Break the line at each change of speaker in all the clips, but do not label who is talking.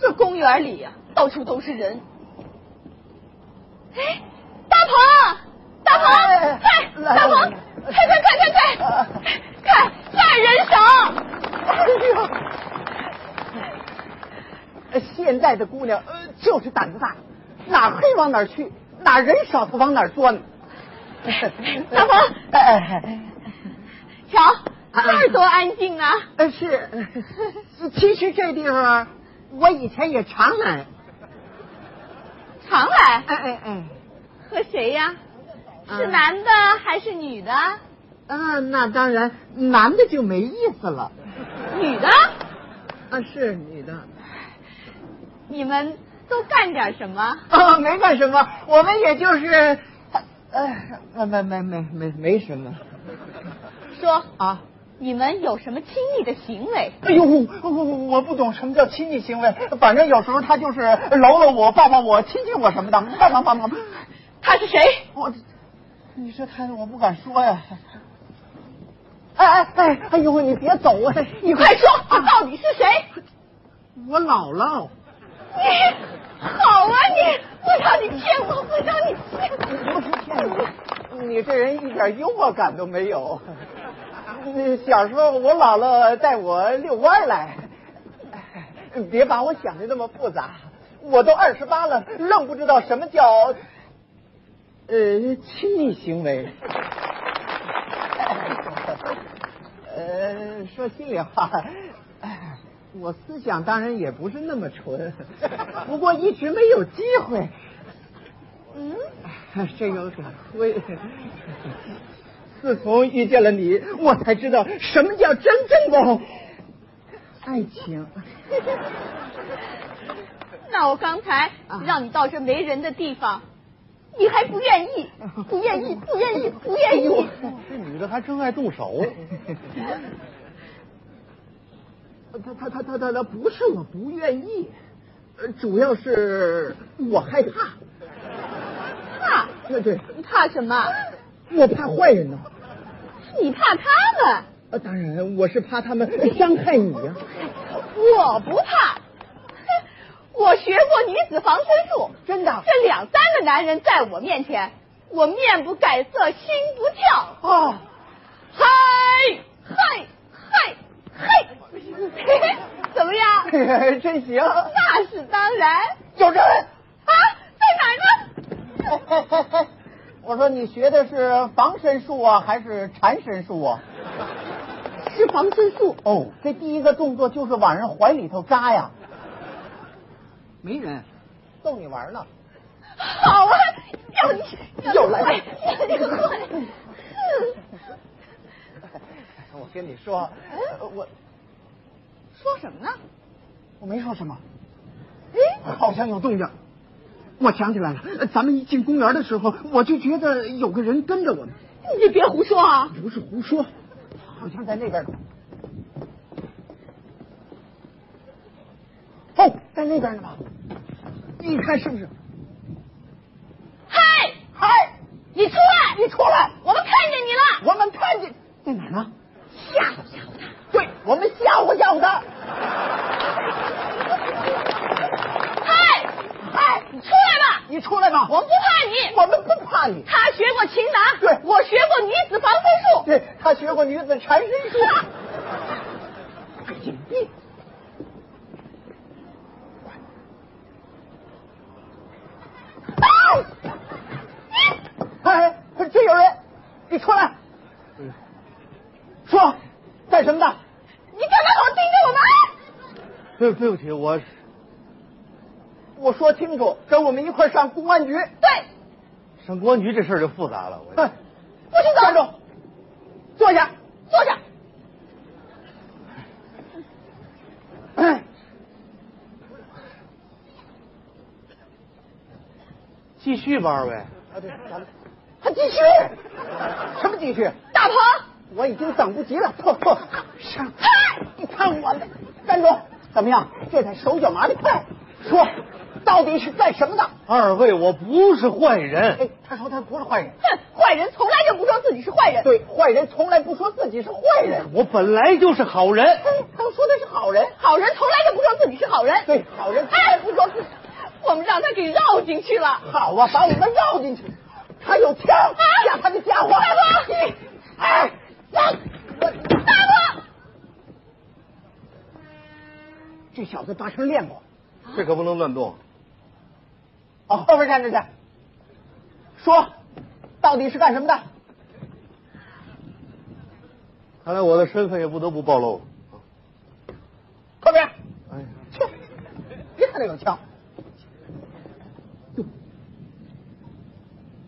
这公园里呀、到处都是人。
哎，大鹏，大鹏，
哎
快，
来
大
来
鹏，
来
快快快快快
啊，
快看人少！
哎呦，呃现在的姑娘呃就是胆子大，哪儿黑往哪儿去，哪儿人少她往哪儿钻。
大鹏
哎哎哎
瞧，
啊
这儿多安静啊！
呃，是，其实这地方啊我以前也常来。
常来
哎哎哎，
和谁呀？
啊
是男的还是女的？
啊，那当然，男的就没意思了。
女的？
啊，是女的。
你们都干点什么？
啊，没干什么，我们也就是，呃，没没没没没什么
说，
啊。
你们有什么亲密的行为？
哎呦，我我不懂什么叫亲密行为，反正有时候他就是搂搂我、抱抱我、亲亲我什么的，抱抱抱抱。
他是谁？
我，你这看着我不敢说呀。哎哎哎，哎呦，你别走啊！你
你快说，他到底是谁？
我姥姥。
你好啊你！不让你骗我，不让你骗
不是骗
我！
你，你这人一点幽默感都没有。你小时候我姥姥带我遛弯儿来，别把我想的那么复杂，我都二十八了，愣不知道什么叫呃亲密行为。呃，说心里话，哎我思想当然也不是那么纯，不过一直没有机会。
嗯，
这有点亏。自从遇见了你，我才知道什么叫真正的爱情。
那我刚才
啊
让你到这没人的地方，你还不愿意，不愿意，不愿意，不愿意。
这女的还真爱动手。
啊他他他他他他不是我不愿意，呃主要是我害怕。
怕？
对对，
你怕什么？
我怕坏人呢。
你怕他们？
呃当然，我是怕他们伤害你啊呀、
我不怕， 我学过女子防身术。
真的啊
这两三个男人在我面前，我面不改色，心不跳。
哦，
嗨嗨嗨嗨，怎么样？
真行，
那是当然
就这。
啊，在哪儿呢？
我说你学的是防身术啊，还是缠身术啊？是防身术。哦，这第一个动作就是往人怀里头扎呀。没人，逗你玩呢。
好啊，要你
又来了
要你会，
我跟你说，呃我
哎说什么呢？
我没说什么，
哎，
好像有动静。我想起来了，呃咱们一进公园的时候，我就觉得有个人跟着我们，
你就别胡说啊！
不是胡说，好像在那边。哦，在那边呢吧？你看是不是？
嗨，
嗨，
你出来！
你出来！
我们看见你了！
我们看见在哪儿呢？
吓唬吓唬他！
对，我们吓唬吓唬他。
嗨嗨，你出来吧！
你出来吧，
我们不怕你。
我们不怕你。
他学过擒拿，
对
我学过女子防身术。
对他学过女子缠身术。隐蔽。
啊你
哎，这有人，你出来。嗯说，干什么的？
你干嘛老盯着我们？
对，对不起，我
我说清楚，跟我们一块儿上公安局。
对，
上公安局这事儿就复杂了。我
哎，不许走！站住！坐下，
坐着。
哎，
继续吧，二位。
啊对，咱们还继续？什么继续？
大鹏，
我已经等不及了，破破上！
嗨，
你看我的，站住！怎么样？这才手脚麻利快，说，到底是干什么的？
二位，我不是坏人
哎，，他说他不是坏人，
哼，坏人从来就不说自己是坏人。
对，坏人从来不说自己是坏人。
我本来就是好人。
哎，他说的是好人。
好人从来就不说自己是好人。哎
对好人从来不说自己
我们让他给绕进去了。
好啊，把我们绕进去。他有枪，吓他的家伙。
啊大哥
你，哎，让我
大哥，
这小子八成练过。
这可不能乱动。
哦，后边站着去。说，到底是干什么的？
看来我的身份也不得不暴露。
后边，
哎呀，
去。别看他有枪。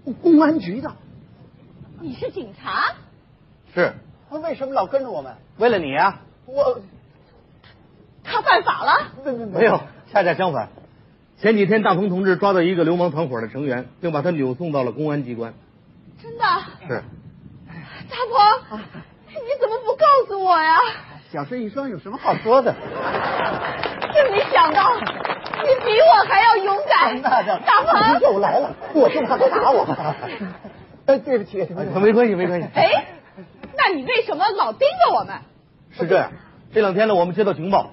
哟公安局的，
你是警察？
是
他为什么老跟着我们？
为了你啊？
我
他犯法了？
没没
没有，恰恰相反。前几天，大同同志抓到一个流氓团伙的成员，并把他扭送到了公安机关。
真的？大
是，啊
鹏，你怎么不告诉我呀？
小事一桩，有什么好说的？
真没想到，你比我还要勇
啊
敢。
那这
哎大
你又
鹏，
来了，我就怕他打我。 哎，对不起，对不起
没关系，没关系。
哎，那你为什么老盯着我们？
是这样，这两天呢，我们接到情报，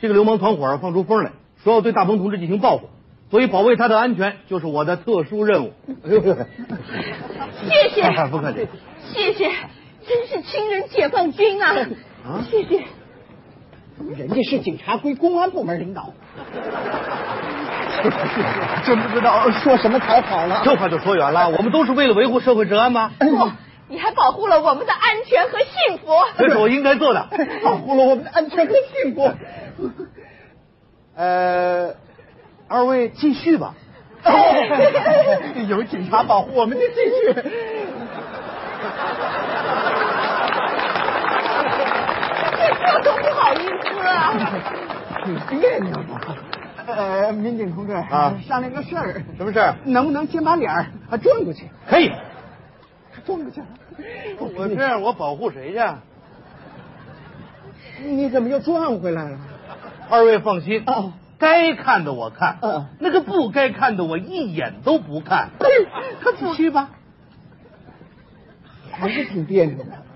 这个流氓团伙放出风来，说要对大鹏同志进行报复，所以保卫他的安全就是我的特殊任务。
谢谢，
啊不客气。
谢谢，真是亲人解放军啊！
啊
谢谢。
人家是警察归公安部门领 导，
真不知道
说什么才好了？
这话就说远了，我们都是为了维护社会治安吗？
不，你还保护了我们的安全和幸福。
这是我应该做的。
保护了我们的安全和幸福。
呃，二位继续吧。
有警察保护我们就继续。
这多不好意思啊！
挺别扭的。呃，民警同志
啊
商量个事儿，
什么事儿？
能不能先把脸儿啊转过去？
可以。
转过去。
我这样我保护谁去啊？
你怎么又转回来了？
二位放心
哦，
该看的我看
嗯，
那个不该看的我一眼都不看。
他不去吧？还是挺别扭的。